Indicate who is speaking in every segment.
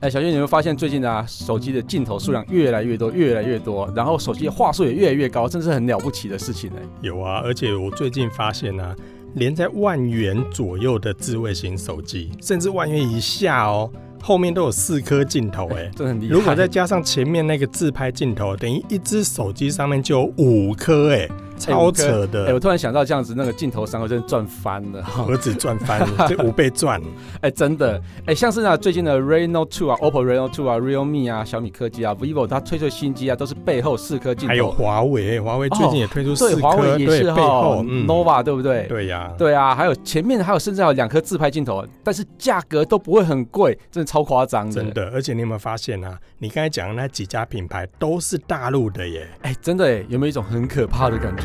Speaker 1: 哎，小俊，你会发现最近啊，手机的镜头数量越来越多，越来越多，然后手机的话术也越来越高，真是很了不起的事情哎、
Speaker 2: 有啊，而且我最近发现啊，连在万元左右的智慧型手机，甚至万元以下哦，后面都有四颗镜头哎、
Speaker 1: 真的很厉害。
Speaker 2: 如果再加上前面那个自拍镜头，等于一只手机上面就有五颗哎、超扯
Speaker 1: 哎、
Speaker 2: 的，
Speaker 1: 我突然想到这样子，那个镜头商会真的赚翻了。
Speaker 2: 盒子赚 翻了，这五倍赚。
Speaker 1: 哎、真的，哎、像是呢最近的 Reno 2啊、OPPO Reno 2啊、Realme 啊、小米科技啊、vivo 它推出的新机啊，都是背后四颗镜头。
Speaker 2: 还有华为，哎华为最近也推出
Speaker 1: 哦
Speaker 2: 四
Speaker 1: 对，华
Speaker 2: 颗，
Speaker 1: 为也
Speaker 2: 对
Speaker 1: 是
Speaker 2: 背
Speaker 1: 哈
Speaker 2: 后，嗯，
Speaker 1: ，Nova 对不对？
Speaker 2: 对呀，
Speaker 1: 对啊，还有前面还有甚至还有两颗自拍镜头，但是价格都不会很贵，真的超夸张的。
Speaker 2: 真，的。而且你有没有发现啊？你刚才讲的那几家品牌都是大陆的耶。
Speaker 1: 哎、真的哎，有没有一种很可怕的感觉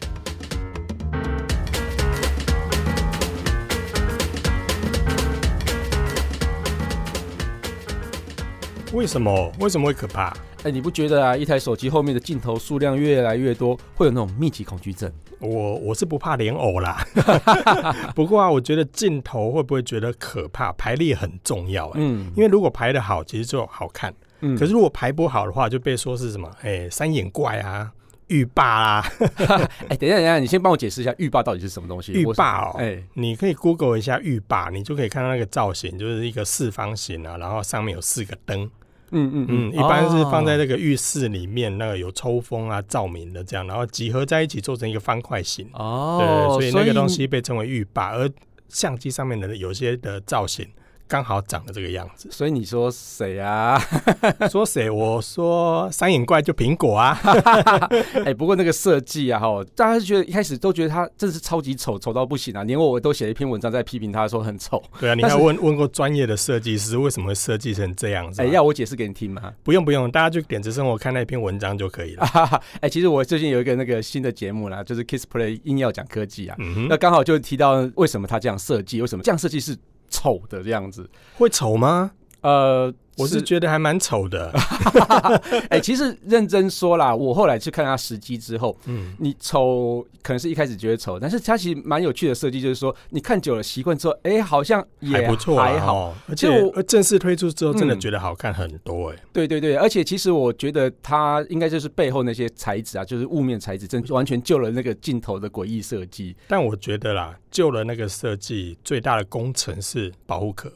Speaker 2: 为什么？为什么会可怕？
Speaker 1: 哎、你不觉得啊，一台手机后面的镜头数量越来越多，会有那种密集恐惧症？
Speaker 2: 我我是不怕莲藕啦， 不过啊，我觉得镜头会不会觉得可怕？排列很重要哎、
Speaker 1: 嗯
Speaker 2: 因为如果排的好，其实就好看；
Speaker 1: 嗯
Speaker 2: 可是如果排不好的话，就被说是什么哎、三眼怪啊、浴霸啊、
Speaker 1: 哎、等一下，等一下，你先帮我解释一下浴霸到底是什么东西？
Speaker 2: 浴
Speaker 1: 我是，
Speaker 2: 霸哦、
Speaker 1: 哎、
Speaker 2: 你可以 Google 一下浴霸，你就可以看到那个造型，就是一个四方形啊，然后上面有四个灯。
Speaker 1: 嗯嗯
Speaker 2: 嗯，一般是放在
Speaker 1: 哦
Speaker 2: 那个浴室里面，那个有抽风啊、照明的这样，然后集合在一起做成一个方块形。
Speaker 1: 哦，。
Speaker 2: 对，所以那个东西被称为浴霸，而相机上面的有些的造型刚好长得这个样子
Speaker 1: 所以你说谁啊？
Speaker 2: 说谁？我说三眼怪就苹果啊，
Speaker 1: 哎、不过那个设计啊，哈，大家觉得一开始都觉得他真的是超级丑，丑到不行啊！连我我都写了一篇文章在批评他说很丑。
Speaker 2: 对啊，你
Speaker 1: 但
Speaker 2: 还
Speaker 1: 是
Speaker 2: 问问过专业的设计师为什么会设计成这样子啊
Speaker 1: 哎、
Speaker 2: 吗？
Speaker 1: 要我解释给你听吗？
Speaker 2: 不用不用，大家去点子生活看那篇文章就可以了
Speaker 1: 啊。哈哈，哎，其实我最近有一个那个新的节目啦，就是 Kiss Play 硬要讲科技啊，
Speaker 2: 嗯
Speaker 1: 那
Speaker 2: 哼，
Speaker 1: 刚好就提到为什么他这样设计，为什么这样设计是丑的这样子。
Speaker 2: 会丑吗？
Speaker 1: 呃，
Speaker 2: 我是觉得还蛮丑的。
Speaker 1: 啊哎、其实认真说啦，我后来去看他实机之后，
Speaker 2: 嗯，
Speaker 1: 你丑可能是一开始觉得丑，但是它其实蛮有趣的设计，就是说你看久了习惯之后，哎、好像也
Speaker 2: 还不错啊，
Speaker 1: 还好。
Speaker 2: 哦。而且
Speaker 1: 就
Speaker 2: 呃正式推出之后，真的
Speaker 1: 嗯
Speaker 2: 觉得好看很多哎。
Speaker 1: 对对对，而且其实我觉得它应该就是背后那些材质啊，就是雾面材质，真完全救了那个镜头的诡异设计。
Speaker 2: 但我觉得啦，救了那个设计最大的工程是保护壳。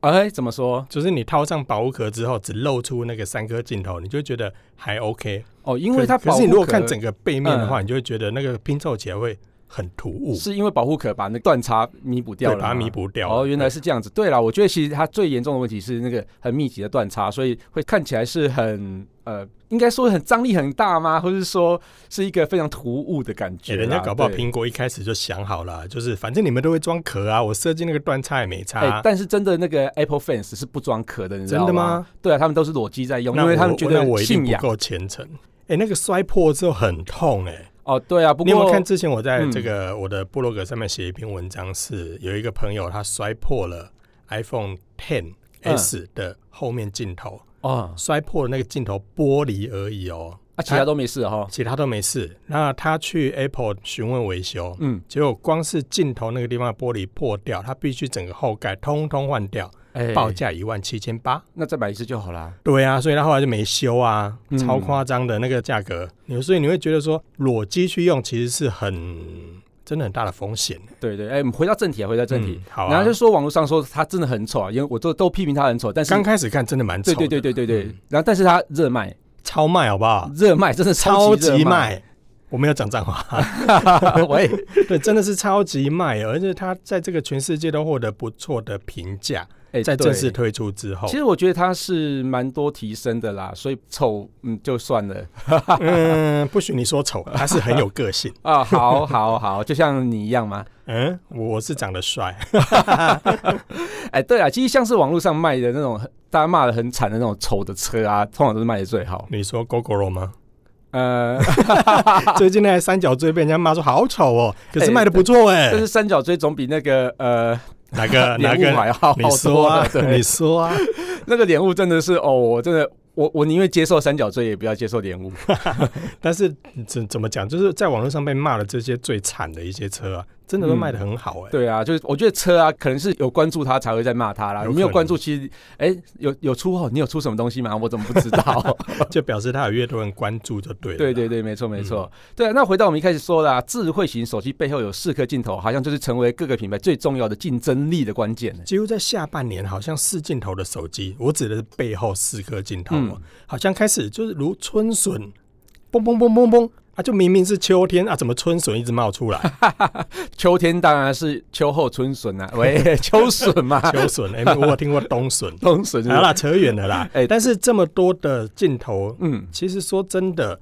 Speaker 1: 哎，怎么说？
Speaker 2: 就是你套上保护壳之后，只露出那个三颗镜头，你就觉得还 OK。
Speaker 1: 哦，因为它
Speaker 2: 可
Speaker 1: 保
Speaker 2: 是
Speaker 1: 护
Speaker 2: 你如果
Speaker 1: 壳嗯
Speaker 2: 看整个背面的话，你就会觉得那个拼凑起来会很突兀，
Speaker 1: 是因为保护壳把那断差弥补掉
Speaker 2: 对，
Speaker 1: 了，
Speaker 2: 把它弥。补掉。
Speaker 1: 哦，原来是这样子。对啦，我觉得其实它最严重的问题是那个很密集的断差，所以会看起来是很呃，应该说很张力很大吗？或是说是一个非常突兀的感
Speaker 2: 对。
Speaker 1: 觉
Speaker 2: 哎
Speaker 1: 啦、
Speaker 2: 人家搞不好
Speaker 1: 对
Speaker 2: 苹果一开始就想好了，啊就是反正你们都会装壳啊，我设计那个断差也没差
Speaker 1: 哎、
Speaker 2: 啊。
Speaker 1: 但是真的那个 Apple fans 是不装壳的，你知道
Speaker 2: 真的吗？
Speaker 1: 对啊，他们都是裸机在用，
Speaker 2: 那
Speaker 1: 因为他
Speaker 2: 我
Speaker 1: 们觉
Speaker 2: 那
Speaker 1: 得
Speaker 2: 我一定
Speaker 1: 信
Speaker 2: 不
Speaker 1: 仰。
Speaker 2: 够虔诚。哎、那个摔破之后很痛哎、
Speaker 1: 哦，对啊，不
Speaker 2: 你有没有
Speaker 1: 过
Speaker 2: 看之前我在
Speaker 1: 嗯
Speaker 2: 这个我的部落格上面写一篇文章是，有一个朋友他摔破了 iPhone Ten
Speaker 1: 嗯
Speaker 2: S 的后面镜头，
Speaker 1: 哦，
Speaker 2: 摔破了那个镜头玻璃而已哦，
Speaker 1: 啊，其他都没事哈、哦。
Speaker 2: 其他都没事。那他去 Apple 询问维修，
Speaker 1: 嗯，
Speaker 2: 结果光是镜头那个地方的玻璃破掉，他必须整个后盖通通换掉，
Speaker 1: 哎
Speaker 2: 报价一万七千八。
Speaker 1: 那再买一次就好啦。
Speaker 2: 对啊，所以他后来就没修啊，
Speaker 1: 嗯
Speaker 2: 超夸张的那个价格。你所以你会觉得说裸机去用其实是很真的很大的风险。
Speaker 1: 对对，哎、我们回到正题啊，回到正题。
Speaker 2: 嗯好啊，
Speaker 1: 然后就说网络上说他真的很丑啊，因为我都都批评他很丑，但是
Speaker 2: 刚开始看真的蛮丑
Speaker 1: 对
Speaker 2: 的，
Speaker 1: 对对对对对，
Speaker 2: 嗯
Speaker 1: 然后但是他热卖，
Speaker 2: 超卖好不好？
Speaker 1: 热卖真的
Speaker 2: 超
Speaker 1: 级热
Speaker 2: 级，卖，我没有讲脏话，
Speaker 1: 喂，
Speaker 2: 对，真的是超级卖，而且它在这个全世界都获得不错的评价，
Speaker 1: 哎，
Speaker 2: 在
Speaker 1: 对
Speaker 2: 正式。推出之后
Speaker 1: 其，实我觉得他是蛮多提升的啦，所以丑嗯就算了
Speaker 2: 嗯，不许你说丑，它是很有个性。
Speaker 1: 啊，好好好，就像你一样嘛。
Speaker 2: 嗯，我是长得 帅，
Speaker 1: 哎，对啊，其实像是网络上卖的那种很大家骂的很惨的那种丑的车啊，通常都是卖的最好。
Speaker 2: 你说 GoGo 吗？
Speaker 1: 呃，
Speaker 2: 最近那台三角锥被人家骂说好丑哦，可是
Speaker 1: 哎
Speaker 2: 卖的不错哎、
Speaker 1: 但是三角锥总比那个呃
Speaker 2: 哪 个啊哪
Speaker 1: 莲雾
Speaker 2: 个？
Speaker 1: 买好
Speaker 2: 你
Speaker 1: 好
Speaker 2: 说
Speaker 1: 多
Speaker 2: 啊
Speaker 1: 了。，
Speaker 2: 你
Speaker 1: 对，
Speaker 2: 说啊，
Speaker 1: 那个莲雾真的是哦，我真的我我宁愿接受三角锥，也不要接受 莲雾。
Speaker 2: 但是怎怎么讲，就是在网络上被骂的这些最惨的一些车啊，真的都
Speaker 1: 嗯
Speaker 2: 卖的很好哎、
Speaker 1: 对啊，就是我觉得车啊，可能是有关注他才会在骂他啦。
Speaker 2: 有
Speaker 1: 你没有
Speaker 2: 可能
Speaker 1: 关注，其实哎、有有出哦，你有出什么东西吗？我怎么不知道？
Speaker 2: 就表示他有越多人关注就对了。
Speaker 1: 啊对对对，没
Speaker 2: 嗯
Speaker 1: 错没错。对啊，那回到我们一开始说的、啊，智慧型手机背后有四颗镜头，好像就是成为各个品牌最重要的竞争力的关键呢。
Speaker 2: 几乎在下半年，好像四镜头的手机，我指的是背后四颗镜头、
Speaker 1: 嗯
Speaker 2: 哦，好像开始就是如春笋，嘣嘣嘣嘣嘣啊，就明明是秋天啊，怎么春笋一直冒出来？
Speaker 1: 秋天当然是秋后春笋啊， 喂，秋笋嘛，，
Speaker 2: 秋笋，哎、我有听过冬笋
Speaker 1: 冬 笋是不
Speaker 2: 好
Speaker 1: 是。
Speaker 2: 啦，扯远了啦。哎、
Speaker 1: 哎
Speaker 2: 但是这么多的镜头，
Speaker 1: 嗯，
Speaker 2: 其实说真的，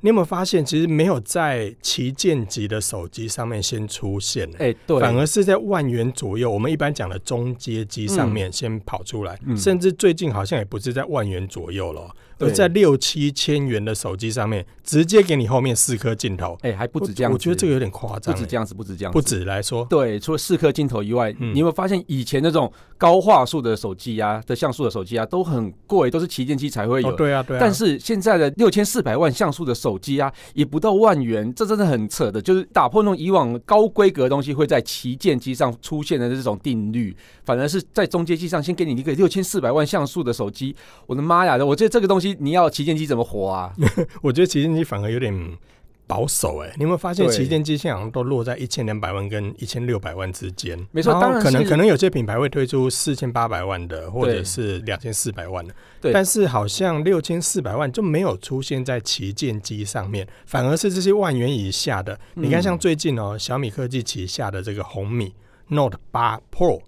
Speaker 2: 你有没有发现，其实没有在旗舰级的手机上面先出现、
Speaker 1: 哎、对，
Speaker 2: 反而是在万元左右，我们一般讲的中阶机上面先跑出来，
Speaker 1: 嗯
Speaker 2: 甚至最近好像也不是在万元左右了，
Speaker 1: 对
Speaker 2: 而在六七千元的手机上面，直接给你后面四颗镜头，
Speaker 1: 哎、还不止这样子，
Speaker 2: 我我觉得这个有点夸
Speaker 1: 不
Speaker 2: 张、
Speaker 1: 止这
Speaker 2: 样，
Speaker 1: 样子，不止这样子，
Speaker 2: 不止来说，
Speaker 1: 对，除了四颗镜头以外，
Speaker 2: 嗯
Speaker 1: 你有没有发现以前那种高画素的手机啊的像素的手机啊都很贵，都是旗舰机才会有。
Speaker 2: 哦，对啊，对啊，
Speaker 1: 但是现在的六千四百万像素的手机啊，也不到万元，这真的很扯的，就是打破那种以往高规格的东西会在旗舰机上出现的这种定律，反而是在中阶机上先给你一个六千四百万像素的手机，我的妈呀！我觉得这个东西你要旗舰机怎么活啊？
Speaker 2: 哦 我觉得旗舰机反而有点。保守哎、你有没有发现
Speaker 1: 对
Speaker 2: 旗舰机现在好像都落在一千两百万跟一千六百万之间？
Speaker 1: 没错
Speaker 2: 然后
Speaker 1: 当然
Speaker 2: 可能
Speaker 1: 是
Speaker 2: 可能有些品牌会推出四千八百万的，或者
Speaker 1: 对
Speaker 2: 是两千四百万的。
Speaker 1: 对
Speaker 2: 但是好像六千四百万就没有出现在旗舰机上面，反而是这些万元以下的。
Speaker 1: 嗯
Speaker 2: 你看，像最近哦，小米科技旗下的这个红米 Note 八 Pro，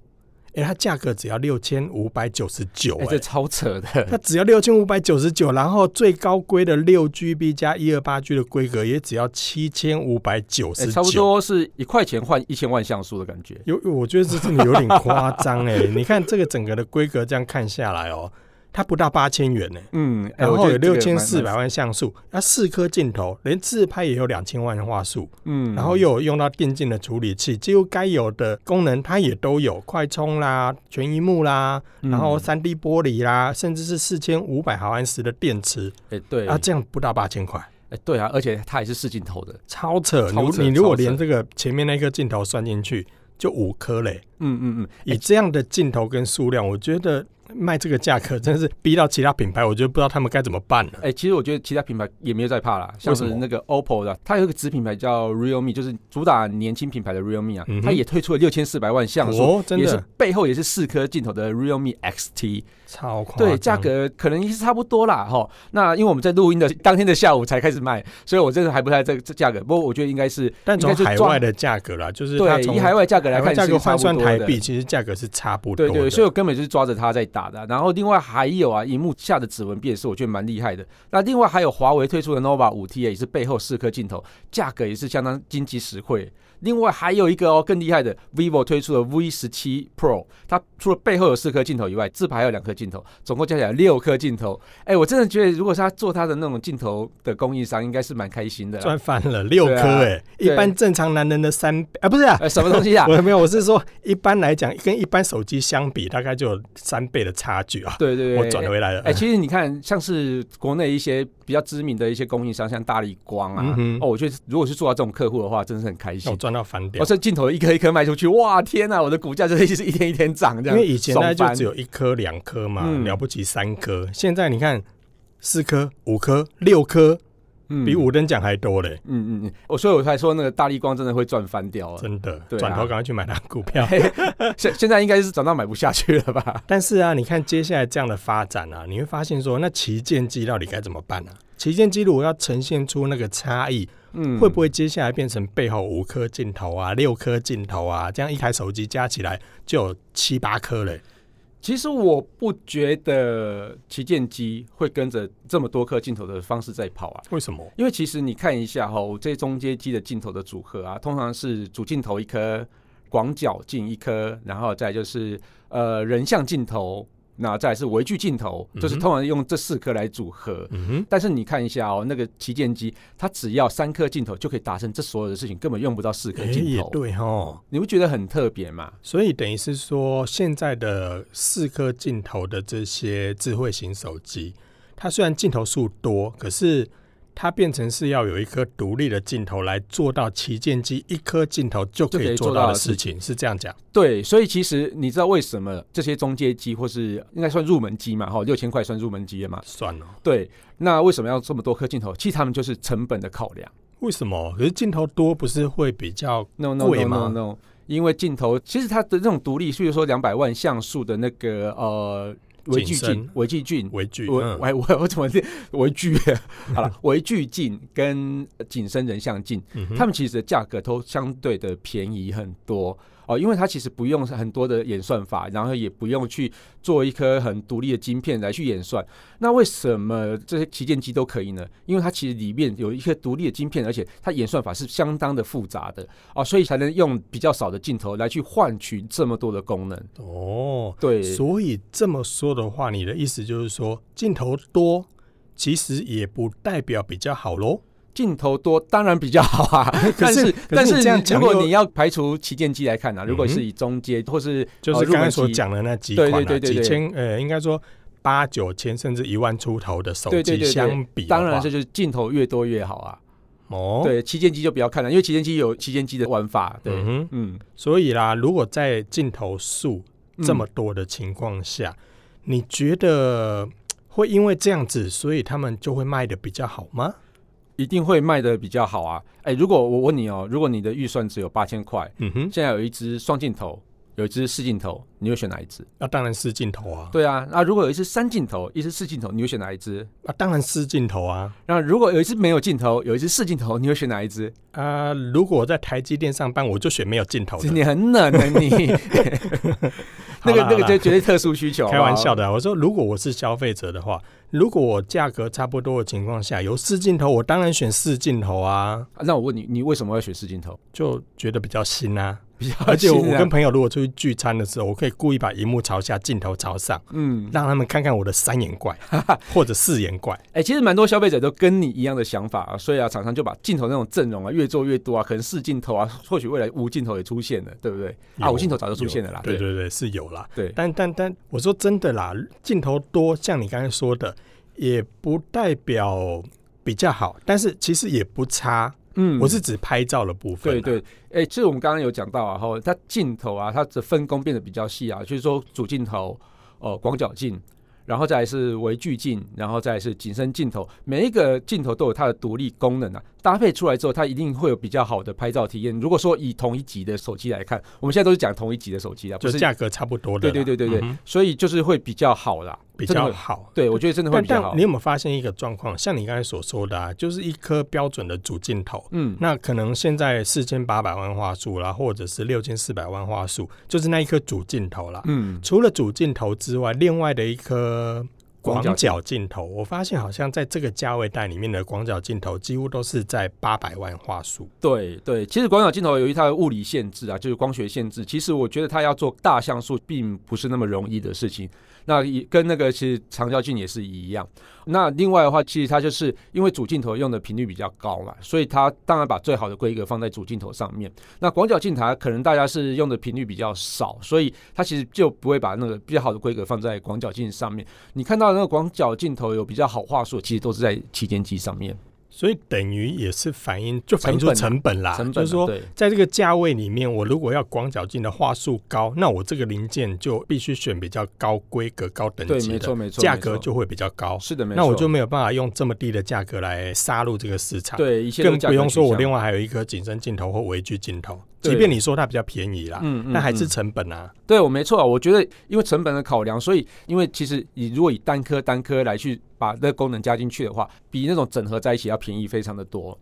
Speaker 2: 哎、它价格只要六千五百九十九，
Speaker 1: 哎、
Speaker 2: 哎
Speaker 1: 这超扯的。
Speaker 2: 它只要六千五百九十九，然后最高规的六 GB 加一二八 G 的规格也只要七千五百九
Speaker 1: 哎
Speaker 2: 十
Speaker 1: 差不
Speaker 2: 九。
Speaker 1: 多是一块钱换一千万像素的感觉。
Speaker 2: 有，我觉得这真的有点夸张哎！你看这个整个的规格这样看下来哦，它不到八千元呢、欸
Speaker 1: 嗯，哎
Speaker 2: 然
Speaker 1: 我
Speaker 2: 后
Speaker 1: 觉得
Speaker 2: 有
Speaker 1: 这
Speaker 2: 六
Speaker 1: 个
Speaker 2: 千
Speaker 1: 蛮
Speaker 2: 四百万像素，它四颗镜头，连自拍也有两千万画素，
Speaker 1: 嗯，
Speaker 2: 然后又有用到电竞的处理器，几乎该有的功能它也都有，快充啦、全荧幕啦，
Speaker 1: 嗯
Speaker 2: 然后三 D 玻璃啦，甚至是四千五百毫安时的电池，
Speaker 1: 哎、对
Speaker 2: 啊，
Speaker 1: 啊，
Speaker 2: 这样不到八千块，
Speaker 1: 哎对啊，而且它也是四镜头的，
Speaker 2: 超扯！
Speaker 1: 超扯
Speaker 2: 你你如果
Speaker 1: 超扯
Speaker 2: 连这个前面那颗镜头算进去，就五颗嘞。
Speaker 1: 嗯嗯嗯，
Speaker 2: 以这样的镜头跟数量，我觉得卖这个价格真是逼到其他品牌，我觉得不知道他们该怎么办了
Speaker 1: 哎、。其实我觉得其他品牌也没有在怕啦，像
Speaker 2: 为什
Speaker 1: 是
Speaker 2: 么
Speaker 1: 那个 OPPO 的，它有一个子品牌叫 Realme，就是主打年轻品牌的 Realme 啊，
Speaker 2: 嗯哼
Speaker 1: 它也推出了六千四百万像素。
Speaker 2: 哦，真
Speaker 1: 也是
Speaker 2: 的
Speaker 1: 背后也是四颗镜头的 Realme XT，
Speaker 2: 超夸张
Speaker 1: 对，价格可能也是差不多啦，哈。那因为我们在录音的当天的下午才开始卖，所以我真的还不太这这价格。不过我觉得应该是
Speaker 2: 但从
Speaker 1: 应该是
Speaker 2: 海
Speaker 1: 赚
Speaker 2: 外的价格啦，就是它
Speaker 1: 对，
Speaker 2: 从
Speaker 1: 以海外价格来
Speaker 2: 海外
Speaker 1: 看，
Speaker 2: 价格换算台
Speaker 1: 的。
Speaker 2: 币，其实价格是差不多
Speaker 1: 对
Speaker 2: 的。
Speaker 1: 对，所以我根本就是抓着它在打的。然后另外还有啊，荧幕下的指纹辨识，我觉得蛮厉害的。那另外还有华为推出的 nova 五 T 也是背后四颗镜头，价格也是相当经济实惠。另外还有一个哦更厉害的，vivo 推出的 V 十七 Pro，它除了背后有四颗镜头以外，自拍还有两颗镜头，总共加起来六颗镜头。哎，我真的觉得如果是他做他的那种镜头的供应商，应该是蛮开心的啊啦。
Speaker 2: 赚翻了六颗
Speaker 1: 对啊
Speaker 2: 哎，一
Speaker 1: 对
Speaker 2: 般正常男人的三倍啊，不是啊，
Speaker 1: 呃，什么东西啊？
Speaker 2: 我没有，我是说一般来讲，跟一般手机相比，大概就有三倍的差距啊。
Speaker 1: 对对对，
Speaker 2: 我转回来了，
Speaker 1: 哎、其实你看，像是国内一些比较知名的一些供应商，像大力光啊，
Speaker 2: 嗯哼哦
Speaker 1: 哦，我觉得如果是做到这种客户的话，真的是很开
Speaker 2: 那
Speaker 1: 心
Speaker 2: 我。赚到翻掉
Speaker 1: 我。这镜头一颗一颗卖出去，哇，天呐，我的股价真的是一天一天涨，这
Speaker 2: 因
Speaker 1: 样。
Speaker 2: 为以前呢就只
Speaker 1: 有
Speaker 2: 有一颗、两颗嘛，
Speaker 1: 嗯
Speaker 2: 了不起三颗。现在你看，四颗、五颗、六颗，比五等奖还多嘞，
Speaker 1: 嗯嗯嗯，我所以我才说那个大力光真的会赚翻掉了。
Speaker 2: 真的。
Speaker 1: 对啊
Speaker 2: 转头赶快去买它股 票。
Speaker 1: 现现在应该是涨到买不下去了吧？
Speaker 2: 但是啊，你看接下来这样的发展啊，你会发现说，那旗舰机到底该怎么办呢、啊？旗舰机如果要呈现出那个差异，
Speaker 1: 嗯，
Speaker 2: 会不会接下来变成背后五颗镜头啊、六颗镜头啊，这样一台手机加起来就有七八颗嘞？
Speaker 1: 其实我不觉得旗舰机会跟着这么多颗镜头的方式在跑啊。
Speaker 2: 为什么？
Speaker 1: 因为其实你看一下哈、我这中阶机的镜头的组合啊，通常是主镜头一颗，广角镜一颗，然后再就是呃人像镜头，那再来是微距镜头，
Speaker 2: 嗯哼
Speaker 1: 就是通常用这四颗来组合。
Speaker 2: 嗯哼，
Speaker 1: 但是你看一下哦，那个旗舰机，它只要三颗镜头就可以达成这所有的事情，根本用不到四颗
Speaker 2: 哎
Speaker 1: 镜
Speaker 2: 也
Speaker 1: 头。
Speaker 2: 对哈。
Speaker 1: 你不觉得很特别吗？
Speaker 2: 所以等于是说，现在的四颗镜头的这些智慧型手机，它虽然镜头数多，可是它变成是要有一颗独立的镜头来做到旗舰机一颗镜头就可
Speaker 1: 就可
Speaker 2: 以
Speaker 1: 以做
Speaker 2: 做到
Speaker 1: 到
Speaker 2: 的
Speaker 1: 的
Speaker 2: 事情，是这样讲。
Speaker 1: 对，所以其实你知道为什么这些中阶机或是应该算入门机嘛？哈，六千块算入门机了嘛？
Speaker 2: 算了，
Speaker 1: 对，那为什么要这么多颗镜头？其实他们就是成本的考量。
Speaker 2: 为什么？可是镜头多不是会比较
Speaker 1: No no
Speaker 2: 贵
Speaker 1: no
Speaker 2: 吗
Speaker 1: no no，因为镜头其实它的那种独立，比如说两百万像素的那个呃微距
Speaker 2: 景深
Speaker 1: 镜、微距镜。
Speaker 2: 微距？
Speaker 1: 我
Speaker 2: 嗯
Speaker 1: 我我我怎么念微距？ 好了，微距镜跟景深人像镜，
Speaker 2: 嗯哼
Speaker 1: 它们其实的价格都相对的便宜很多哦，因为它其实不用很多的演算法，然后也不用去做一颗很独立的晶片来去演算。那为什么这些旗舰机都可以呢？因为它其实里面有一颗独立的晶片，而且它演算法是相当的复杂的哦，所以才能用比较少的镜头来去换取这么多的功能。
Speaker 2: 哦，
Speaker 1: 对，
Speaker 2: 所以这么说的话，你的意思就是说，镜头多其实也不代表比较好喽。
Speaker 1: 镜头多当然比较好啊，但
Speaker 2: 是 可是
Speaker 1: 但
Speaker 2: 你
Speaker 1: 是
Speaker 2: 这样讲
Speaker 1: 如果
Speaker 2: 又
Speaker 1: 你要排除旗舰机来看啊，如果
Speaker 2: 嗯哼
Speaker 1: 是以中阶或是
Speaker 2: 就是哦刚才所讲的那几款、啊，
Speaker 1: 对对对对对
Speaker 2: 几千呃，应该说八九千甚至一万出头的手
Speaker 1: 对对
Speaker 2: 机
Speaker 1: 对对
Speaker 2: 相比的话
Speaker 1: 当然这就是镜头越多越好啊。
Speaker 2: 哦，，
Speaker 1: 对，旗舰机就不要看了，因为旗舰机有旗舰机的玩法。对，
Speaker 2: 嗯
Speaker 1: 嗯
Speaker 2: 哼，所以啦，如果在镜头数
Speaker 1: 嗯
Speaker 2: 这么多的情况下，你觉得会因为这样子，所以他们就会卖的比较好吗？
Speaker 1: 一定会卖的比较好啊。哎、如果我问你哦，如果你的预算只有八千块，
Speaker 2: 嗯哼，
Speaker 1: 现在有一支双镜头，有一支四镜头，你会选哪一支？
Speaker 2: 那、当然是镜头啊，
Speaker 1: 对啊，那如果有一支三镜头，一支四镜头，你会选哪一支？
Speaker 2: 啊，当然是镜头啊。
Speaker 1: 那如果有一支没有镜头，有一支四镜头，你会选哪一支？
Speaker 2: 啊、如果我在台积电上班，我就选没有镜头的。
Speaker 1: 你很冷啊 你，那个那个就绝对特殊需求，
Speaker 2: 开玩笑
Speaker 1: 的。
Speaker 2: 的啊、我说，如果我是消费者的话，如果我价格差不多的情况下有四镜头，我当然选四镜头啊，
Speaker 1: 那我问你，你为什么要选四镜头？
Speaker 2: 就觉得比较新啊。
Speaker 1: 比较
Speaker 2: 而且 我
Speaker 1: 新
Speaker 2: 我
Speaker 1: 啊
Speaker 2: 跟朋友如果出去聚餐的时候，我可以故意把荧幕朝下，镜头 朝上，
Speaker 1: 嗯，
Speaker 2: 让他们看看我的三眼 怪或者四眼怪。
Speaker 1: 哎、其实蛮多消费者都跟你一样的想法啊，所以啊，厂商就把镜头那种阵容啊越做越多啊，可能四镜头啊，或许未来无镜头也出现了，对不对？啊，
Speaker 2: 有
Speaker 1: 无镜头早就出现了啦
Speaker 2: 有，对对对，是有啦。
Speaker 1: 对
Speaker 2: 但但但，我说真的啦，镜头多，像你刚才说的，也不代表比较好，但是其实也不差。
Speaker 1: 嗯
Speaker 2: 我是指拍照的部分、啊
Speaker 1: 对。对，哎、其实我们刚刚有讲到啊，后它镜头啊，它的分工变得比较细啊，就是说主镜头、呃广角镜，然后再来是微距镜，然后再来是景深镜头，每一个镜头都有它的独立功能啊，搭配出来之后，它一定会有比较好的拍照体验。如果说以同一级的手机来看，我们现在都是讲同一级的手机啊，不
Speaker 2: 就是价格差不多的
Speaker 1: 对
Speaker 2: 啦，
Speaker 1: 对对对对，
Speaker 2: 嗯哼
Speaker 1: 所以就是会比较好啦，
Speaker 2: 比
Speaker 1: 真的
Speaker 2: 较
Speaker 1: 会。
Speaker 2: 好。
Speaker 1: 对，我觉得真的会
Speaker 2: 但
Speaker 1: 比较好
Speaker 2: 但你。有没有发现一个状况？像你刚才所说的啊，就是一颗标准的主镜头，
Speaker 1: 嗯，
Speaker 2: 那可能现在四千八百万画素啦，或者是六千四百万画素，就是那一颗主镜头啦。
Speaker 1: 嗯，
Speaker 2: 除了主镜头之外，另外的一颗
Speaker 1: 广
Speaker 2: 广
Speaker 1: 角镜
Speaker 2: 角镜头，我发现好像在这个价位带里面的广角镜头，几乎都是在八百万画素。
Speaker 1: 对对，其实广角镜头由于它的物理限制啊，就是光学限制，其实我觉得它要做大像素并不是那么容易的事情。那也跟那个其实长焦镜也是一样。那另外的话，其实它就是因为主镜头用的频率比较高嘛，所以它当然把最好的规格放在主镜头上面。那广角镜头可能大家是用的频率比较少，所以它其实就不会把那个比较好的规格放在广角镜上面。你看到的那个广角镜头有比较好话术，其实都是在旗舰机上面。
Speaker 2: 所以等于也是反映，就反映出成
Speaker 1: 成
Speaker 2: 本啦，
Speaker 1: 成本啊
Speaker 2: 就是说
Speaker 1: 对
Speaker 2: 在这个价位里面，我如果要广角镜的话术高，那我这个零件就必须选比较高规格、高等
Speaker 1: 对，
Speaker 2: 级
Speaker 1: 没错
Speaker 2: 的，
Speaker 1: 没错，
Speaker 2: 价
Speaker 1: 没
Speaker 2: 格
Speaker 1: 错
Speaker 2: 就会比较高。
Speaker 1: 是的，没错。
Speaker 2: 那我就没有办法用这么低的价格来杀入这个市场。，
Speaker 1: 对，一切都
Speaker 2: 更
Speaker 1: 价
Speaker 2: 不
Speaker 1: 格
Speaker 2: 用
Speaker 1: 取
Speaker 2: 说我
Speaker 1: 向
Speaker 2: 另外还有一颗景深镜头或微距镜头，
Speaker 1: 对
Speaker 2: 即便你说它比较便宜啦，
Speaker 1: 嗯，嗯
Speaker 2: 但还是
Speaker 1: 嗯
Speaker 2: 成本啊。
Speaker 1: 对我没错。我觉得因为成本的考量，所以因为其实你如果以单颗单颗来去把那个功能加进去的话，比那种整合在一起要便宜非常的多。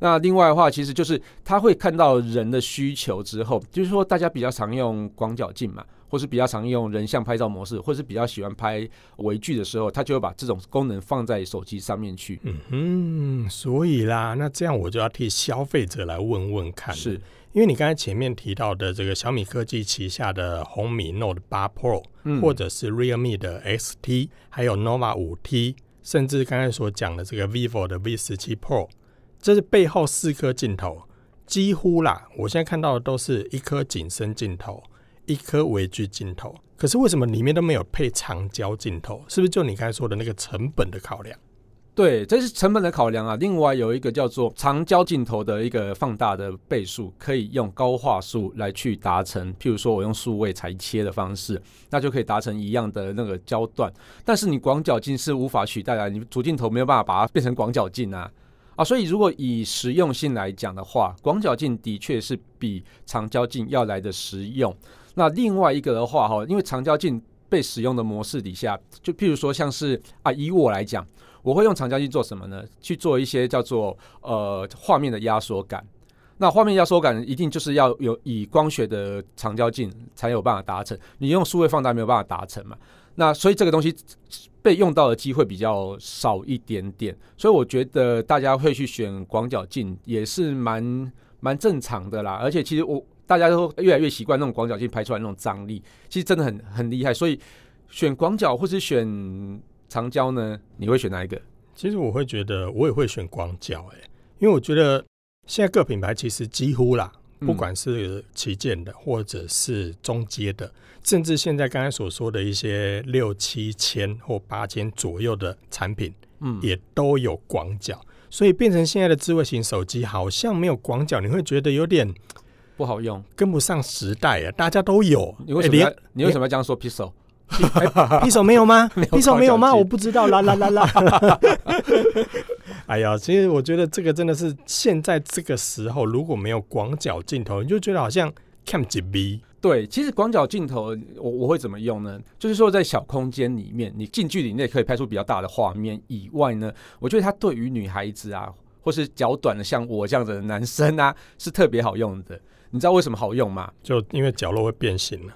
Speaker 1: 那另外的话，其实就是他会看到人的需求之后，就是说大家比较常用广角镜嘛，或是比较常用人像拍照模式，或是比较喜欢拍微距的时候，它就会把这种功能放在手机上面去。
Speaker 2: 嗯哼，所以啦，那这样我就要替消费者来问问看，
Speaker 1: 是，
Speaker 2: 因为你刚才前面提到的这个小米科技旗下的红米 Note 8 Pro，、
Speaker 1: 嗯
Speaker 2: 或者是 Realme 的 XT，还有 Nova 5 T，甚至刚才所讲的这个 vivo 的 V 1 7 Pro，这是背后四颗镜头，几乎啦，我现在看到的都是一颗景深镜头，一颗微距镜头。可是为什么里面都没有配长焦镜头？是不是就你刚才说的那个成本的考量？
Speaker 1: 对，这是成本的考量啊。另外有一个叫做长焦镜头的一个放大的倍数，可以用高画素来去达成。譬如说我用数位裁切的方式，那就可以达成一样的那个焦段。但是你广角镜是无法取代的啊，你主镜头没有办法把它变成广角镜啊。啊，所以如果以实用性来讲的话，广角镜的确是比长焦镜要来的实用。那另外一个的话，哈，因为长焦镜被使用的模式底下，就譬如说像是啊，以我来讲，我会用长焦镜做什么呢？去做一些叫做呃画面的压缩感。那画面压缩感一定就是要有以光学的长焦镜才有办法达成，你用数位放大没有办法达成嘛？那所以这个东西被用到的机会比较少一点点，所以我觉得大家会去选广角镜也是蛮蛮正常的啦。而且其实我大家都越来越习惯那种广角镜拍出来那种张力，其实真的很很厉害。所以选广角或是选长焦呢，你会选哪一个？
Speaker 2: 其实我会觉得，我也会选广角、欸，因为我觉得现在各品牌其实几乎啦，
Speaker 1: 嗯
Speaker 2: 不管是旗舰的，或者是中阶的，甚至现在刚才所说的一些六七千或八千左右的产品，
Speaker 1: 嗯
Speaker 2: 也都有广角，所以变成现在的智慧型手机好像没有广角，你会觉得有点
Speaker 1: 不好用。
Speaker 2: 跟不上时代啊！大家都有，
Speaker 1: 你为什么
Speaker 2: 欸
Speaker 1: 要、
Speaker 2: 连
Speaker 1: 你为什么要这样说 Pixel？
Speaker 2: 匕首没有吗？
Speaker 1: 没有
Speaker 2: 匕首没有吗？
Speaker 1: 广角机
Speaker 2: 我不知道，啦啦啦啦。 哎呀，其实我觉得这个真的是现在这个时候，如果没有广角镜头，你就觉得好像 cam 几 B。
Speaker 1: 对，其实广角镜头我我会怎么用呢？就是说在小空间里面，你近距离内可以拍出比较大的画面以外呢，我觉得它对于女孩子啊，或是脚短的像我这样的男生啊，是特别好用的。你知道为什么好用吗？
Speaker 2: 就因为角落会变形了，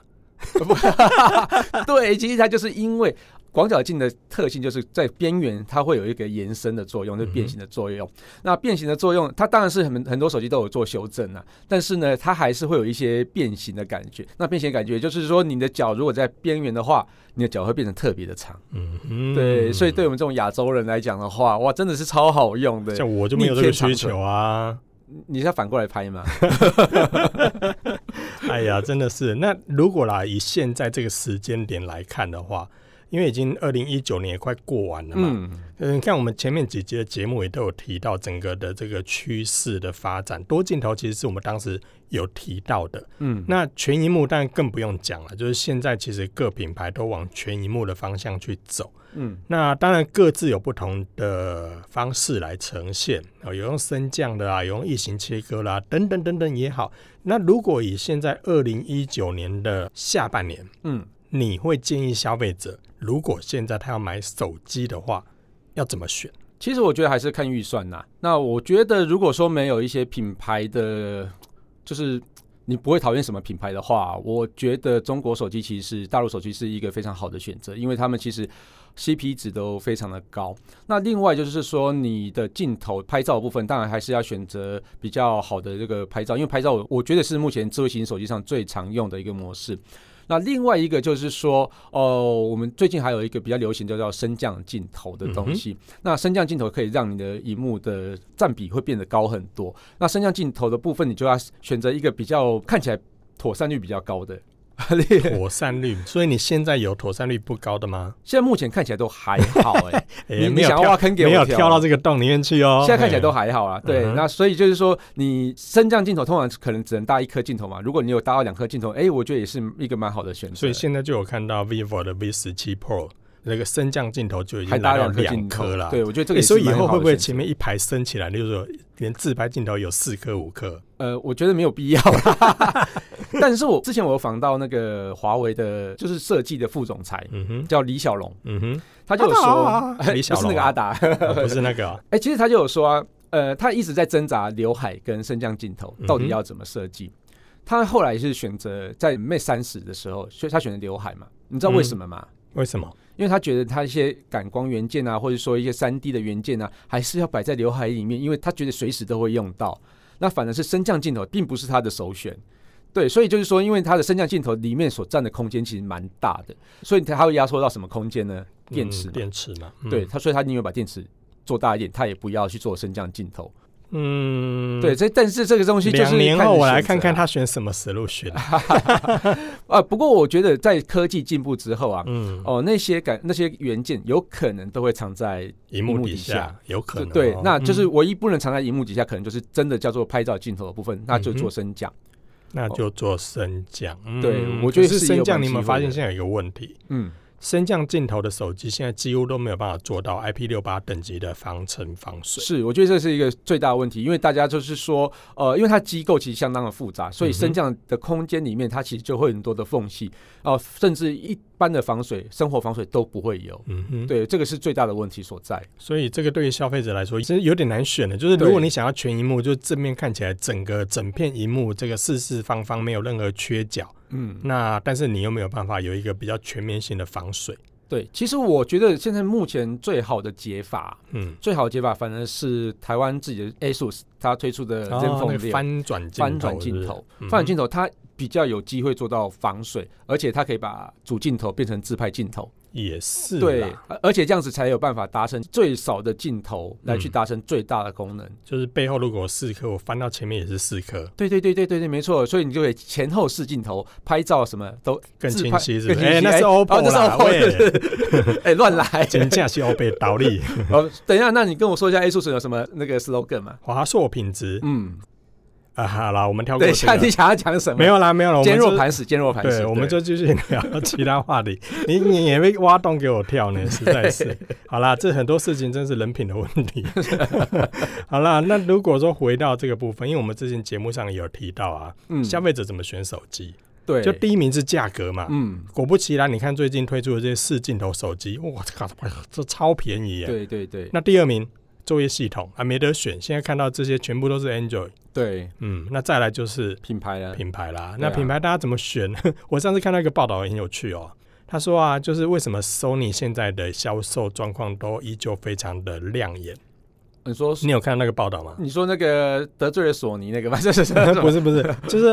Speaker 1: 对，其实它就是因为广角镜的特性，就是在边缘它会有一个延伸的作用，就是变形的作
Speaker 2: 嗯
Speaker 1: 用。那变形的作用，它当然是很很多手机都有做修正啊，但是呢，它还是会有一些变形的感觉。那变形的感觉就是说，你的脚如果在边缘的话，你的脚会变得特别的长。
Speaker 2: 嗯哼
Speaker 1: 对，所以对我们这种亚洲人来讲的话，哇，真的是超好用的。
Speaker 2: 像我就没有这个需求啊。
Speaker 1: 你是要反过来拍吗？
Speaker 2: 哎呀，真的是。那如果啦，以现在这个时间点来看的话，因为已经二零一九年也快过完了嘛，
Speaker 1: 嗯，
Speaker 2: 嗯，你看我们前面几集的节目也都有提到整个的这个趋势的发展，多镜头其实是我们当时有提到的。
Speaker 1: 嗯，
Speaker 2: 那全荧幕当然更不用讲了，就是现在其实各品牌都往全荧幕的方向去走。
Speaker 1: 嗯，
Speaker 2: 那当然各自有不同的方式来呈现，哦，有用升降的啊，有用异形切割啦、等等等等也好。那如果以现在二零一九年的下半年，
Speaker 1: 嗯，
Speaker 2: 你会建议消费者，如果现在他要买手机的话，要怎么 选？
Speaker 1: 其实我觉得还是看预算呐、那我觉得如果说没有一些品牌的，就是你不会讨厌什么品牌的话，我觉得中国手机其实是大陆手机是一个非常好的选择，因为他们其实 CP E 值都非常的高。那另外就是说，你的镜头拍照的部分，当然还是要选择比较好的这个拍照，因为拍照我我觉得是目前智慧型手机上最常用的一个模式。那另外一个就是说，哦，我们最近还有一个比较流行的叫升降镜头的东西。那升降镜头可以让你的荧幕的占比会变得高很多。那升降镜头的部分，你就要选择一个比较看起来妥善率比较高的。
Speaker 2: 妥善率，所以你现在有妥善率不高的吗？
Speaker 1: 现在目前看起来都还好哎、你
Speaker 2: 诶
Speaker 1: 你
Speaker 2: 没有
Speaker 1: 想要
Speaker 2: 跳
Speaker 1: 挖坑给我
Speaker 2: 没有
Speaker 1: 跳啊
Speaker 2: 跳到这个洞里面去哦。
Speaker 1: 现在看起来都
Speaker 2: 嘿
Speaker 1: 还好啊。对，
Speaker 2: 嗯哼
Speaker 1: 那所以就是说，你升降镜头通常可能只能搭一颗镜头嘛。如果你有搭到两颗镜头，哎、我觉得也是一个蛮好的选择。
Speaker 2: 所以现在就有看到 vivo 的 V 十七 Pro 那个升降镜头就已经
Speaker 1: 还
Speaker 2: 来
Speaker 1: 搭
Speaker 2: 到
Speaker 1: 两颗镜
Speaker 2: 两
Speaker 1: 头
Speaker 2: 颗了。
Speaker 1: 对我觉得这个
Speaker 2: 诶，
Speaker 1: 也是
Speaker 2: 所以以
Speaker 1: 蛮好
Speaker 2: 后
Speaker 1: 的
Speaker 2: 会不会
Speaker 1: 选择
Speaker 2: 前面一排升起来，就是说连自拍镜头有四颗五颗？
Speaker 1: 呃，我觉得没有必要啦。 但是我之前我有访到那个华为的，就是设计的副总裁，
Speaker 2: 嗯哼，
Speaker 1: 叫李小龙，
Speaker 2: 嗯哼，
Speaker 1: 他就有说，
Speaker 2: 啊李 小
Speaker 1: 哎不是
Speaker 2: 龙
Speaker 1: 那个阿达，
Speaker 2: 啊 不是那个啊，
Speaker 1: 哎、其实他就有说啊，呃，他一直在挣扎刘海跟升降镜头到底要怎么设计。他后来是选择在 Mate 三十的时候，所以他选择刘海嘛，你知道为什么吗？
Speaker 2: 为什么？
Speaker 1: 因为他觉得他一些感光元件啊，或者说一些三 D 的元件啊，还是要摆在刘海里面，因为他觉得随时都会用到。那反而是升降镜头并不是他的首选。对，所以就是说，因为它的升降镜头里面所占的空间其实蛮大的，所以它会压缩到什么空间呢？ 电池
Speaker 2: 嗯
Speaker 1: 嘛。
Speaker 2: 电池嘛，嗯
Speaker 1: 对，，他所以他宁愿把电池做大一点，他也不要去做升降镜头。
Speaker 2: 嗯，
Speaker 1: 对，。这但是这个东西就是
Speaker 2: 两年
Speaker 1: 看
Speaker 2: 后
Speaker 1: 你
Speaker 2: 我
Speaker 1: 选
Speaker 2: 来
Speaker 1: 择
Speaker 2: 看看
Speaker 1: 啊
Speaker 2: 他选什 么 solution。
Speaker 1: 啊。不过我觉得在科技进步之后啊，
Speaker 2: 嗯，
Speaker 1: 哦，那些感那些元件有可能都会藏在
Speaker 2: 荧幕
Speaker 1: 幕
Speaker 2: 底
Speaker 1: 底
Speaker 2: 下
Speaker 1: 下
Speaker 2: 有可能哦。
Speaker 1: 对，那就是
Speaker 2: 嗯
Speaker 1: 唯一不能藏在荧幕底下，可能就是真的叫做拍照镜头的部分，那就
Speaker 2: 嗯哼
Speaker 1: 做升降。
Speaker 2: 那就做升降。
Speaker 1: 对
Speaker 2: 嗯
Speaker 1: 我觉得
Speaker 2: 可是
Speaker 1: 是有
Speaker 2: 升降，
Speaker 1: 蛮
Speaker 2: 你有没有
Speaker 1: 机会
Speaker 2: 发现
Speaker 1: 的
Speaker 2: 现在有一个问题？
Speaker 1: 嗯，
Speaker 2: 升降镜头的手机现在几乎都没有办法做到 IP 六八等级的防尘防水。
Speaker 1: 是，我觉得这是一个最大的问题，因为大家就是说，呃，因为它机构其实相当的复杂，所
Speaker 2: 嗯
Speaker 1: 以升降的空间里面它其实就会有很多的缝隙，哦、甚至一般的防水、生活防水都不会有。
Speaker 2: 嗯哼，，
Speaker 1: 对，这个是最大的问题所在。
Speaker 2: 所以这个对于消费者来说，其实有点难选的。就是如
Speaker 1: 对
Speaker 2: 果你想要全荧幕，就正面看起来整个整片荧幕这个四四方方没有任何缺角，
Speaker 1: 嗯，
Speaker 2: 那但是你又没有办法有一个比较全面性的防水。
Speaker 1: 对，其实我觉得现在目前最好的解法，
Speaker 2: 嗯，
Speaker 1: 最好的解法反而是台湾自己的 ASUS 它推出的
Speaker 2: 嗯然
Speaker 1: Zen Phone
Speaker 2: 后哦那
Speaker 1: 6
Speaker 2: 个翻转镜头，
Speaker 1: 翻转镜头，
Speaker 2: 是不嗯是，
Speaker 1: 翻转镜
Speaker 2: 头，
Speaker 1: 头它比较有机会做到防水，而且它可以把主镜头变成自拍镜头。
Speaker 2: 也是
Speaker 1: 对
Speaker 2: 啦，，
Speaker 1: 而而且这样子才有办法达成最少的镜头来去
Speaker 2: 嗯
Speaker 1: 达成最大的功能。
Speaker 2: 就是背后如果有四颗，我翻到前面也是四 颗，
Speaker 1: 对对对对对对，没错。所以你就可以前后视镜头拍照什么都
Speaker 2: 更
Speaker 1: 自
Speaker 2: 清
Speaker 1: 拍
Speaker 2: 晰，是
Speaker 1: 更
Speaker 2: 不是？
Speaker 1: 清晰
Speaker 2: 哎，那
Speaker 1: 哎
Speaker 2: 是
Speaker 1: 哦
Speaker 2: OPPO 啦，
Speaker 1: 这是 OPPO
Speaker 2: 喂，
Speaker 1: 哎乱 来。
Speaker 2: 真价是 OPPO 倒立，
Speaker 1: 哦，等一下，那你跟我说一下 A 数是有什么那个 slogan 嘛？
Speaker 2: 华硕品质
Speaker 1: 嗯，
Speaker 2: 啊，好啦，我们跳过
Speaker 1: 等一
Speaker 2: 这
Speaker 1: 下你
Speaker 2: 个，
Speaker 1: 想要讲什么？
Speaker 2: 没有啦，没有啦，我们
Speaker 1: 坚若
Speaker 2: 就
Speaker 1: 磐石，坚若磐石。
Speaker 2: 对，我们就继续聊其他话题。你你也会挖洞给我跳呢，实在是。好啦，这很多事情真是人品的问题。 好啦，那如果说回到这个部分，因为我们之前节目上也有提到啊，
Speaker 1: 嗯
Speaker 2: 消费者怎么选手机，
Speaker 1: 对，
Speaker 2: 就第一名是价格嘛。
Speaker 1: 嗯，
Speaker 2: 果不其然，你看最近推出的这些四镜头手机，哇，这个哎这超便宜耶。
Speaker 1: 对对对
Speaker 2: 那第二名作业系统啊，没得选。现在看到这些全部都是 Android，
Speaker 1: 对，
Speaker 2: 嗯，那再来就是
Speaker 1: 品牌了，
Speaker 2: 品牌啦。
Speaker 1: 对
Speaker 2: 那
Speaker 1: 啊
Speaker 2: 品牌大家怎么选？ 我上次看到一个报道很有趣哦，他说啊，就是为什么 Sony 现在的销售状况都依旧非常的亮眼？
Speaker 1: 你说
Speaker 2: 你有看到那个 报道吗？
Speaker 1: 你说那个得罪了索尼那个吗？这是
Speaker 2: 不是不是，就是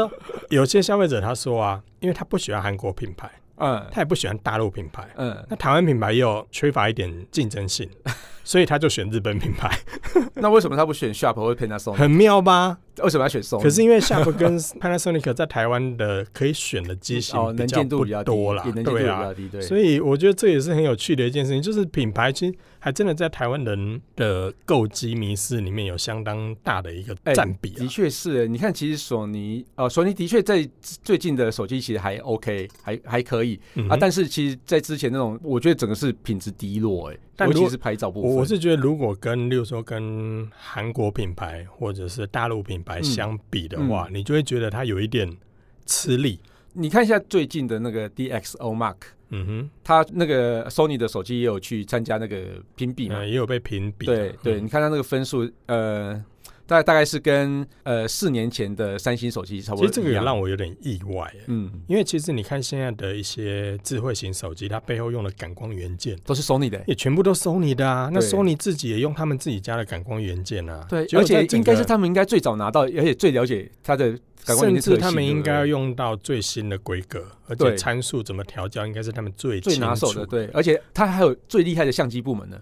Speaker 2: 有些消费者他说啊，因为他不喜欢韩国品牌，
Speaker 1: 嗯
Speaker 2: 他也不喜欢大陆品牌，
Speaker 1: 嗯，
Speaker 2: 那台湾品牌又缺乏一点竞争 性，所以他就选日本品牌，
Speaker 1: 那为什么他不选 Sharp 或者 Panasonic？
Speaker 2: 很妙吧？
Speaker 1: 为什么要选 Sony？
Speaker 2: 可是因为 Sharp 跟 Panasonic 在台湾的可以选的机型
Speaker 1: 哦，
Speaker 2: 比
Speaker 1: 能
Speaker 2: 较
Speaker 1: 见度
Speaker 2: 不
Speaker 1: 比较低，
Speaker 2: 多啦
Speaker 1: 也，能见度比
Speaker 2: 对啊，
Speaker 1: 较低，对。
Speaker 2: 所以我觉得这也是很有趣的一件事情，就是品牌其实还真的在台湾人的购机迷思里面有相当大的一个
Speaker 1: 哎
Speaker 2: 占比、啊
Speaker 1: 的确是耶，你看，其实索尼，呃，索尼的确在最近的手机其实还 OK，还还可以、
Speaker 2: 嗯
Speaker 1: 啊，
Speaker 2: 哼
Speaker 1: 但是其实，在之前那种，我觉得整个是品质低落，哎，
Speaker 2: 但
Speaker 1: 尤
Speaker 2: 如
Speaker 1: 其
Speaker 2: 果
Speaker 1: 是拍照部
Speaker 2: 我
Speaker 1: 分，
Speaker 2: 我是觉得，如果跟例如说跟韩国品牌或者是大陆品牌
Speaker 1: 嗯
Speaker 2: 相比的话，你就会觉得它有一点吃力。
Speaker 1: 你看一下最近的那个 DxO Mark，
Speaker 2: 嗯
Speaker 1: 它那个 Sony 的手机也有去参加那个评比
Speaker 2: 哼，
Speaker 1: 嘛，
Speaker 2: 呃，也有被评比啊。
Speaker 1: 对对，
Speaker 2: 嗯
Speaker 1: 你看它那个分数，呃，大大概是跟呃四年前的三星手机差不多
Speaker 2: 其实这个
Speaker 1: 一
Speaker 2: 也
Speaker 1: 样
Speaker 2: 让我有点意外耶、
Speaker 1: 嗯，
Speaker 2: 因为其实你看现在的一些智慧型手机，它背后用的感光元件。
Speaker 1: 都是 Sony 的耶。欸
Speaker 2: 也全部都 Sony 的啊，那
Speaker 1: 对
Speaker 2: Sony 自己也用他们自己家的感光元件啊，
Speaker 1: 对，
Speaker 2: 结
Speaker 1: 而
Speaker 2: 果在
Speaker 1: 且
Speaker 2: 整
Speaker 1: 应该是
Speaker 2: 个，
Speaker 1: 他们应该最早拿到，而且最了解它的感官元
Speaker 2: 甚
Speaker 1: 件特
Speaker 2: 至
Speaker 1: 性
Speaker 2: 他们应该要
Speaker 1: 对
Speaker 2: 用到最新的规格，而且
Speaker 1: 对
Speaker 2: 参数怎么调教，应该是他们最
Speaker 1: 不对最拿手
Speaker 2: 清
Speaker 1: 的，
Speaker 2: 楚，
Speaker 1: 对，而且它还有最厉害的相机部门呢。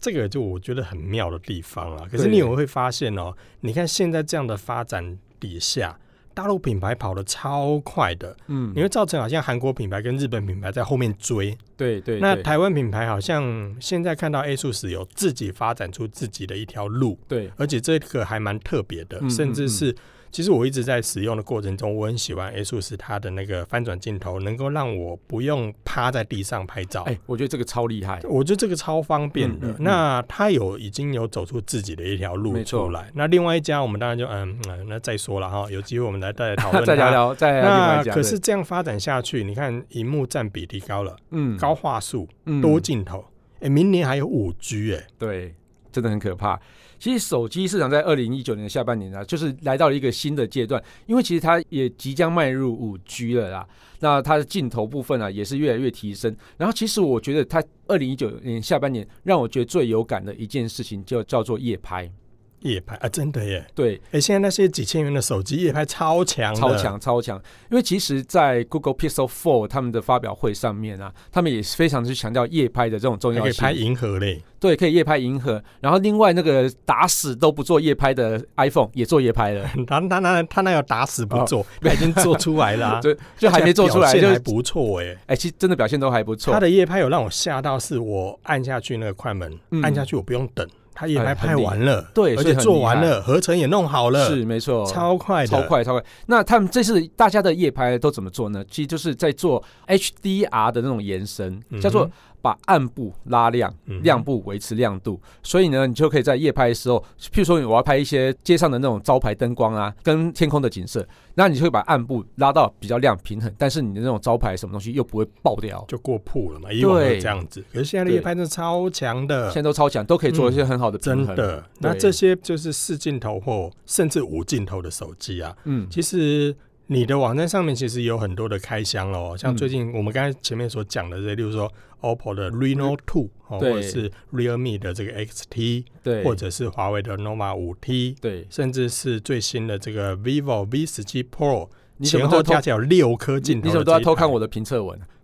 Speaker 2: 这个就我觉得很妙的地方了。可是
Speaker 1: 对
Speaker 2: 你也会发现哦，你看现在这样的发展底下。大陆品牌跑得超快的，
Speaker 1: 嗯
Speaker 2: 你会造成好像韩国品牌跟日本品牌在后面追。
Speaker 1: 对对，
Speaker 2: 那
Speaker 1: 对
Speaker 2: 台湾品牌好像现在看到 A 数十有自己发展出自己的一条路，
Speaker 1: 对
Speaker 2: 而且这个还蛮特别的，
Speaker 1: 嗯
Speaker 2: 甚
Speaker 1: 嗯
Speaker 2: 至
Speaker 1: 嗯
Speaker 2: 是其实我一直在使用的过程中，我很喜欢 A 数十它的那个翻转镜头，能够让我不用趴在地上拍照。
Speaker 1: 哎，我觉得这个超厉害。
Speaker 2: 我觉得这个超方便的。
Speaker 1: 嗯嗯嗯
Speaker 2: 那它有已经有走出自己的一条路
Speaker 1: 没
Speaker 2: 出
Speaker 1: 错
Speaker 2: 来。那另外一家，我们当然就嗯嗯，那再说了哈，有机会我们来再来讨 论。
Speaker 1: 再聊。聊，再聊另外
Speaker 2: 那
Speaker 1: 一家。
Speaker 2: 可
Speaker 1: 对
Speaker 2: 是这样发展下去，你看荧幕占比提高了，
Speaker 1: 嗯
Speaker 2: 高画素、
Speaker 1: 嗯
Speaker 2: 多镜头，哎、明年还有五 G 哎、
Speaker 1: 对，真的很可怕。其实手机市场在二零一九年的下半年啊，就是来到了一个新的阶段，因为其实它也即将迈入五 G 了啦。那它的镜头部分啊，也是越来越提升。然后其实我觉得它二零一九年下半年让我觉得最有感的一件事情，就叫做夜拍。
Speaker 2: 夜拍啊，真的耶！
Speaker 1: 对，
Speaker 2: 哎、现在那些几千元的手机夜拍超强，
Speaker 1: 超，强超强，因为其实，在 Google Pixel 4他们的发表会上面啊，他们也是非常去强调夜拍的这种重
Speaker 2: 还
Speaker 1: 要
Speaker 2: 可以
Speaker 1: 性。
Speaker 2: 拍银河嘞。
Speaker 1: 对，可以夜拍银河。然后另外那个打死都不做夜拍的 iPhone 也做夜拍了，
Speaker 2: 他他那他那要打死不做，他已经做出来 了、啊，
Speaker 1: 哦 就就还没做出来，
Speaker 2: 而且
Speaker 1: 就
Speaker 2: 表
Speaker 1: 哎
Speaker 2: 现还、不错哎、
Speaker 1: 其实真的表现都还不错
Speaker 2: 他。的夜拍有让我吓到，是我按下去那个快门，
Speaker 1: 嗯
Speaker 2: 按下去我不用等，他夜
Speaker 1: 哎很
Speaker 2: 拍拍
Speaker 1: 厉
Speaker 2: 完了，
Speaker 1: 对
Speaker 2: 而
Speaker 1: 所以
Speaker 2: 且
Speaker 1: 很
Speaker 2: 做
Speaker 1: 厉
Speaker 2: 完
Speaker 1: 害
Speaker 2: 了，合成也弄好了，
Speaker 1: 是没错，
Speaker 2: 超快的，
Speaker 1: 超快超快。那他们这次大家的夜拍都怎么做呢？其实就是在做 HDR 的那种延伸，
Speaker 2: 嗯哼
Speaker 1: 叫做把暗部拉亮。
Speaker 2: 嗯
Speaker 1: 亮部维持亮度，所以呢，你就可以在夜拍的时候，譬如说我要拍一些街上的那种招牌灯光啊，跟天空的景色，那你就会把暗部拉到比较亮平衡，但是你的那种招牌什么东西又不会爆掉。
Speaker 2: 就过曝了嘛，以往都这样子。可是现在的夜拍真的超强
Speaker 1: 现
Speaker 2: 的
Speaker 1: 在，都超强，都可以做一些很好的平
Speaker 2: 嗯真
Speaker 1: 衡。，
Speaker 2: 的。那
Speaker 1: 对
Speaker 2: 这些就是四镜头或甚至五镜头的手机啊，
Speaker 1: 嗯，
Speaker 2: 其实。你的网站上面其实有很多的开箱
Speaker 1: 嗯
Speaker 2: 哦，像最近我们刚才前面所讲的这些，例如说 OPPO 的 Reno Two，、哦、
Speaker 1: 对
Speaker 2: 或者是 Realme 的这个 XT，
Speaker 1: 对，
Speaker 2: 或者是华为的 Nova 五 T，
Speaker 1: 对，
Speaker 2: 甚至是最新的这个 vivo V 十七 Pro，
Speaker 1: 你怎
Speaker 2: 前
Speaker 1: 么
Speaker 2: 后
Speaker 1: 都偷
Speaker 2: 加？起来有六颗
Speaker 1: 你
Speaker 2: 镜头。
Speaker 1: 你怎么都要偷看？我的评测文？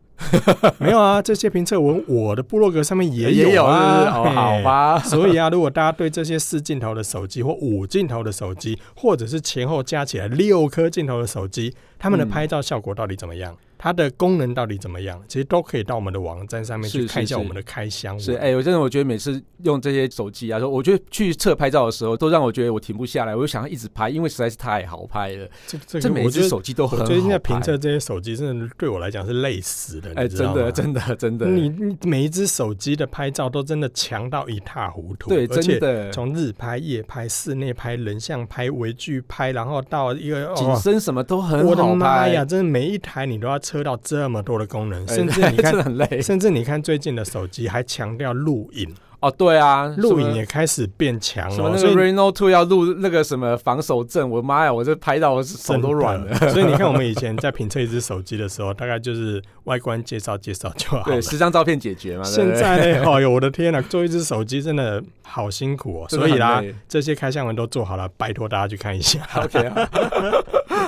Speaker 2: 没有啊，这些评测文我的部落格上面也
Speaker 1: 也有
Speaker 2: 啊，
Speaker 1: 是不是哦好
Speaker 2: 嘿。
Speaker 1: 吧，
Speaker 2: 所以啊，如果大家对这些四镜头的手机或五镜头的手机，或者是前后加起来六颗镜头的手机，它们的
Speaker 1: 嗯
Speaker 2: 拍照效果到底怎么样？它的功能到底怎么样？其实都可以到我们的网站上面去
Speaker 1: 是
Speaker 2: 看一下
Speaker 1: 是
Speaker 2: 我们的开箱文。
Speaker 1: 是哎、我真的我觉得每次用这些手机啊，说我觉得去测拍照的时候，都让我觉得我停不下来，我就想要一直拍，因为实在是太好拍了。
Speaker 2: 这这
Speaker 1: 这
Speaker 2: 个
Speaker 1: 每
Speaker 2: 我觉
Speaker 1: 只
Speaker 2: 得
Speaker 1: 手机都很
Speaker 2: 我
Speaker 1: 好
Speaker 2: 最近在
Speaker 1: 拍
Speaker 2: 评测这些手机，真的对我来讲是累死了。
Speaker 1: 哎、
Speaker 2: 你知
Speaker 1: 真
Speaker 2: 道吗
Speaker 1: 的，真的，真的，
Speaker 2: 你你每一只手机的拍照都真的强到一塌糊涂，
Speaker 1: 对，
Speaker 2: 而
Speaker 1: 真
Speaker 2: 且
Speaker 1: 的，
Speaker 2: 从日拍、夜拍、室内拍、人像拍、微距拍，然后到一个
Speaker 1: 景
Speaker 2: 哦，
Speaker 1: 深什么都很
Speaker 2: 我的
Speaker 1: 好
Speaker 2: 妈
Speaker 1: 拍
Speaker 2: 呀！，真的每一台你都要测到这么多的功能，
Speaker 1: 哎
Speaker 2: 甚至你
Speaker 1: 真
Speaker 2: 看，
Speaker 1: 的很累
Speaker 2: 甚至你看最近的手机还强调录影，
Speaker 1: 哦。对啊，
Speaker 2: 录
Speaker 1: 什
Speaker 2: 影
Speaker 1: 么
Speaker 2: 也开始变强
Speaker 1: 什么
Speaker 2: 了，
Speaker 1: 那
Speaker 2: 所
Speaker 1: 个
Speaker 2: 以
Speaker 1: Reno Two 要录那个什么防守阵，我妈呀，我这拍到我手
Speaker 2: 真
Speaker 1: 都
Speaker 2: 的
Speaker 1: 软了。。
Speaker 2: 所以你看，我们以前在评测一只手机的时候，大概就是外观介绍介绍就好了
Speaker 1: 对，。十张照片解决嘛。对
Speaker 2: 现
Speaker 1: 不对
Speaker 2: 在 呢，哦呦，我的天呐，做一只手机真的好辛苦哦。
Speaker 1: 真的
Speaker 2: 所以
Speaker 1: 很
Speaker 2: 啦，
Speaker 1: 累
Speaker 2: 这些开箱文都做好了，拜托大家去看一下。
Speaker 1: ，OK 啊。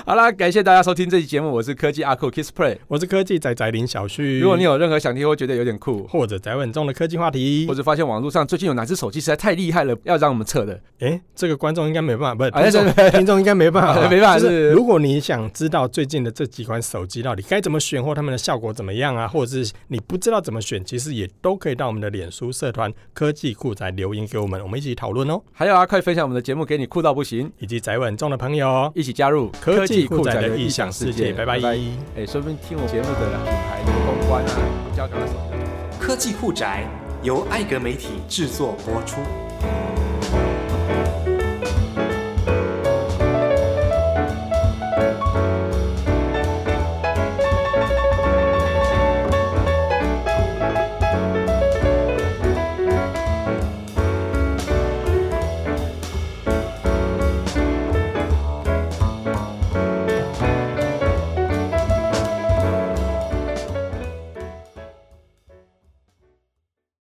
Speaker 1: 好 啦，感谢大家收听这期节目，我是科技阿酷 Kiss Play。
Speaker 2: 我是科技仔仔林小旭。
Speaker 1: 如果你有任何想听或觉得有点酷，
Speaker 2: 或者宅稳重的科技话题
Speaker 1: 或，者发现网络上最近有哪只手机实在太厉害了，要让我们测的，
Speaker 2: 哎，这个观众应该没办法，不是
Speaker 1: 啊
Speaker 2: 听众，听众应啊该没办法吧，
Speaker 1: 没办法
Speaker 2: 就是如果你想知道最近的这几款手机到底该怎么选，或它们的效果怎么样啊，或者是你不知道怎么选，其实也都可以到我们的脸书社团科技酷仔留言给我们，我们一起讨论哦，
Speaker 1: 还有啊，快分享我们的节目给你酷到不行，
Speaker 2: 以及宅稳重的朋友哦。
Speaker 1: 一起加入
Speaker 2: 科技酷仔的异想世界，拜
Speaker 1: 拜
Speaker 2: 拜
Speaker 1: 哎，说不定听我节目的品牌公关啊，交给我手。
Speaker 3: 科技酷宅由艾格媒体制作播出。